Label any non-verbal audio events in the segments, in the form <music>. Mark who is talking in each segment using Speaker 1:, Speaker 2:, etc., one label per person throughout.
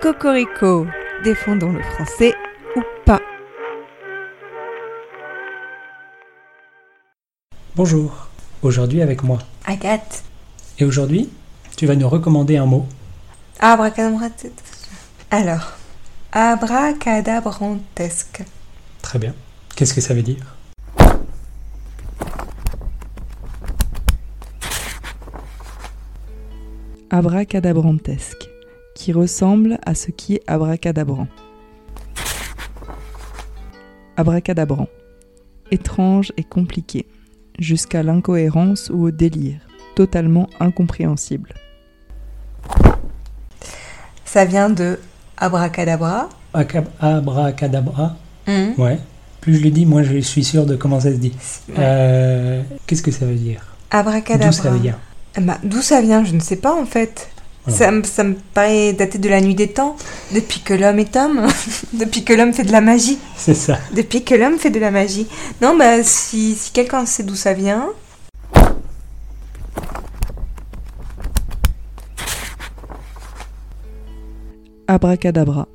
Speaker 1: Cocorico, défendons le français ou pas.
Speaker 2: Bonjour, aujourd'hui avec moi.
Speaker 3: Agathe.
Speaker 2: Et aujourd'hui, tu vas nous recommander un mot.
Speaker 3: Abracadabrantes. Alors, abracadabrantesque.
Speaker 2: Très bien. Qu'est-ce que ça veut dire
Speaker 4: abracadabrantesque, qui ressemble à ce qui est abracadabrant. Abracadabrant. Étrange et compliqué, jusqu'à l'incohérence ou au délire, totalement incompréhensible.
Speaker 3: Ça vient de abracadabra.
Speaker 2: Acab- Abracadabra.
Speaker 3: Hum.
Speaker 2: Ouais. Plus je le dis, moins je suis sûr de comment ça se dit.
Speaker 3: Ouais.
Speaker 2: Euh, Qu'est-ce que ça veut dire
Speaker 3: Abracadabra.
Speaker 2: D'où ça vient
Speaker 3: Ah bah, D'où ça vient Je ne sais pas en fait.
Speaker 2: Voilà.
Speaker 3: Ça, me- ça me paraît daté de la nuit des temps, depuis que l'homme est homme, <laughs> depuis que l'homme fait de la magie,
Speaker 2: C'est ça.
Speaker 3: depuis que l'homme fait de la magie. Non, bah si, si quelqu'un sait d'où ça vient,
Speaker 4: Abracadabra.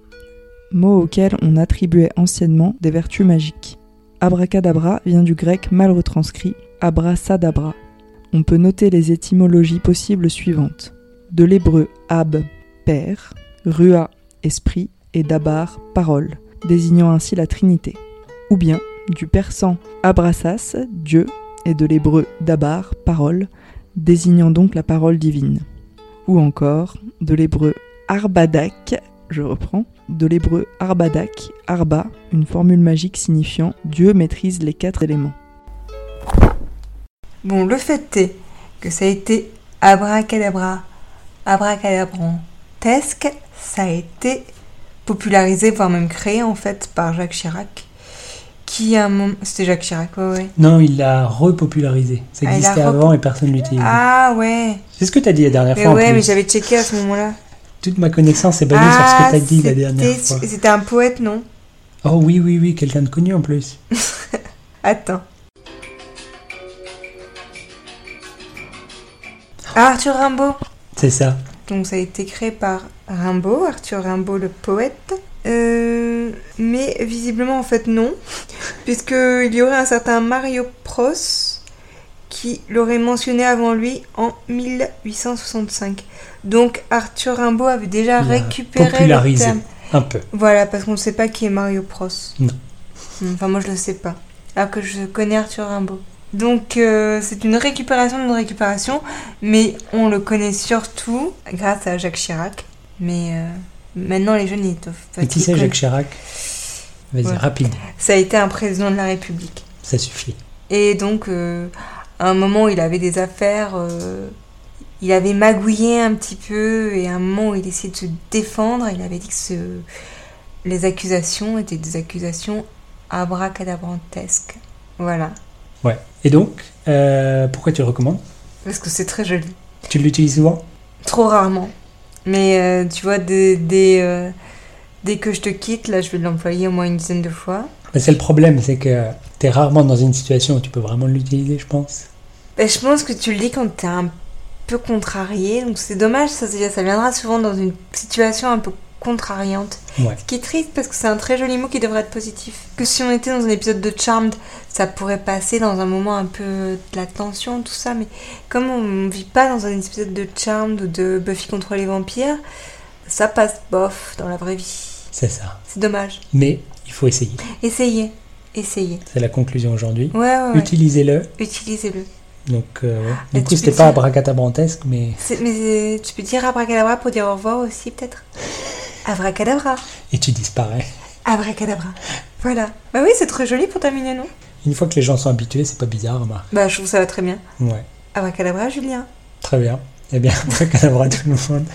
Speaker 4: Mot auquel on attribuait anciennement des vertus magiques. Abracadabra vient du grec mal retranscrit abrasadabra. On peut noter les étymologies possibles suivantes. De l'hébreu ab, père, rua, esprit et dabar, parole, désignant ainsi la Trinité. Ou bien du persan abrasas, Dieu, et de l'hébreu dabar, parole, désignant donc la parole divine. Ou encore de l'hébreu arbadak, je reprends, de l'hébreu arbadak, arba, une formule magique signifiant Dieu maîtrise les quatre éléments.
Speaker 3: bon, le fait est que ça a été abracadabra, abracadabrantesque, ça a été popularisé, voire même créé en fait par Jacques Chirac, qui à un moment. C'était Jacques Chirac, ouais, ouais.
Speaker 2: Non, il l'a repopularisé.
Speaker 3: Ah, il
Speaker 2: Ça
Speaker 3: l'a
Speaker 2: existait
Speaker 3: rep-
Speaker 2: avant et personne l'utilisait.
Speaker 3: Ah ouais!
Speaker 2: C'est ce que tu as dit la dernière
Speaker 3: Mais
Speaker 2: fois. en
Speaker 3: ouais,
Speaker 2: plus.
Speaker 3: mais j'avais checké à ce moment-là. Ah,
Speaker 2: Toute ma connaissance est basée sur ce que tu as dit la dernière
Speaker 3: c'était-
Speaker 2: fois.
Speaker 3: C'était un poète, non
Speaker 2: Oh oui, oui, oui, quelqu'un de connu en plus.
Speaker 3: Attends. Ah, Arthur Rimbaud.
Speaker 2: C'est ça.
Speaker 3: Donc ça a été créé par Rimbaud, Arthur Rimbaud le poète. Euh, mais visiblement en fait non, <laughs> puisque il y aurait un certain Mario Pros qui l'aurait mentionné avant lui en 1865. Donc Arthur Rimbaud avait déjà
Speaker 2: Il a
Speaker 3: récupéré le
Speaker 2: popularisé.
Speaker 3: terme.
Speaker 2: Un peu.
Speaker 3: Voilà, parce qu'on ne sait pas qui est Mario Pros.
Speaker 2: Non.
Speaker 3: Hmm, Enfin, moi, je le sais pas. Alors que je connais Arthur Rimbaud. Donc, euh, c'est une récupération d'une récupération, mais on le connaît surtout grâce à Jacques Chirac. Mais euh, maintenant, les jeunes, ils doivent pas
Speaker 2: Et qui
Speaker 3: ils
Speaker 2: c'est
Speaker 3: connaissent.
Speaker 2: Jacques Chirac Vas-y,
Speaker 3: Ouais.
Speaker 2: rapide.
Speaker 3: Ça a été un président de la République.
Speaker 2: Ça suffit.
Speaker 3: Et donc, euh, à un moment où il avait des affaires, euh, il avait magouillé un petit peu, et à un moment où il essayait de se défendre, il avait dit que ce- les accusations étaient des accusations abracadabrantesques. Voilà.
Speaker 2: Ouais. Et donc, euh, pourquoi tu le recommandes
Speaker 3: Parce que c'est très joli.
Speaker 2: Tu l'utilises souvent
Speaker 3: Trop rarement. Mais euh, tu vois, dès, dès, euh, dès que je te quitte, là, je vais l'employer au moins une dizaine de fois.
Speaker 2: Mais Ben, c'est le problème, c'est que t'es rarement dans une situation où tu peux vraiment l'utiliser, je pense.
Speaker 3: Ben, je pense que tu le dis quand t'es un peu contrarié, donc c'est dommage, ça, c'est- ça viendra souvent dans une situation un peu contrariante.
Speaker 2: Ouais.
Speaker 3: Ce qui est triste parce que c'est un très joli mot qui devrait être positif. Que si on était dans un épisode de Charmed, ça pourrait passer dans un moment un peu de la tension, tout ça, mais comme on vit pas dans un épisode de Charmed ou de Buffy contre les vampires, ça passe bof dans la vraie vie.
Speaker 2: C'est ça.
Speaker 3: C'est dommage.
Speaker 2: Mais il faut essayer.
Speaker 3: Essayez, essayez.
Speaker 2: C'est la conclusion aujourd'hui.
Speaker 3: Ouais, ouais, ouais.
Speaker 2: Utilisez-le.
Speaker 3: utilisez-le.
Speaker 2: Donc, euh, du
Speaker 3: Et
Speaker 2: coup,
Speaker 3: tu
Speaker 2: c'était
Speaker 3: peux
Speaker 2: pas
Speaker 3: dire-
Speaker 2: abracadabrantesque, mais. <laughs>
Speaker 3: C'est- Mais euh, tu peux dire abracadabra pour dire au revoir aussi, peut-être Abracadabra.
Speaker 2: Et tu disparais.
Speaker 3: Abracadabra. Voilà. Bah oui, c'est trop joli pour terminer, non
Speaker 2: Une fois que les gens sont habitués, c'est pas bizarre, remarque.
Speaker 3: Bah, je trouve ça va très bien.
Speaker 2: Ouais.
Speaker 3: Abracadabra, Julien.
Speaker 2: <laughs> Très bien. Eh bien, abracadabra tout le monde.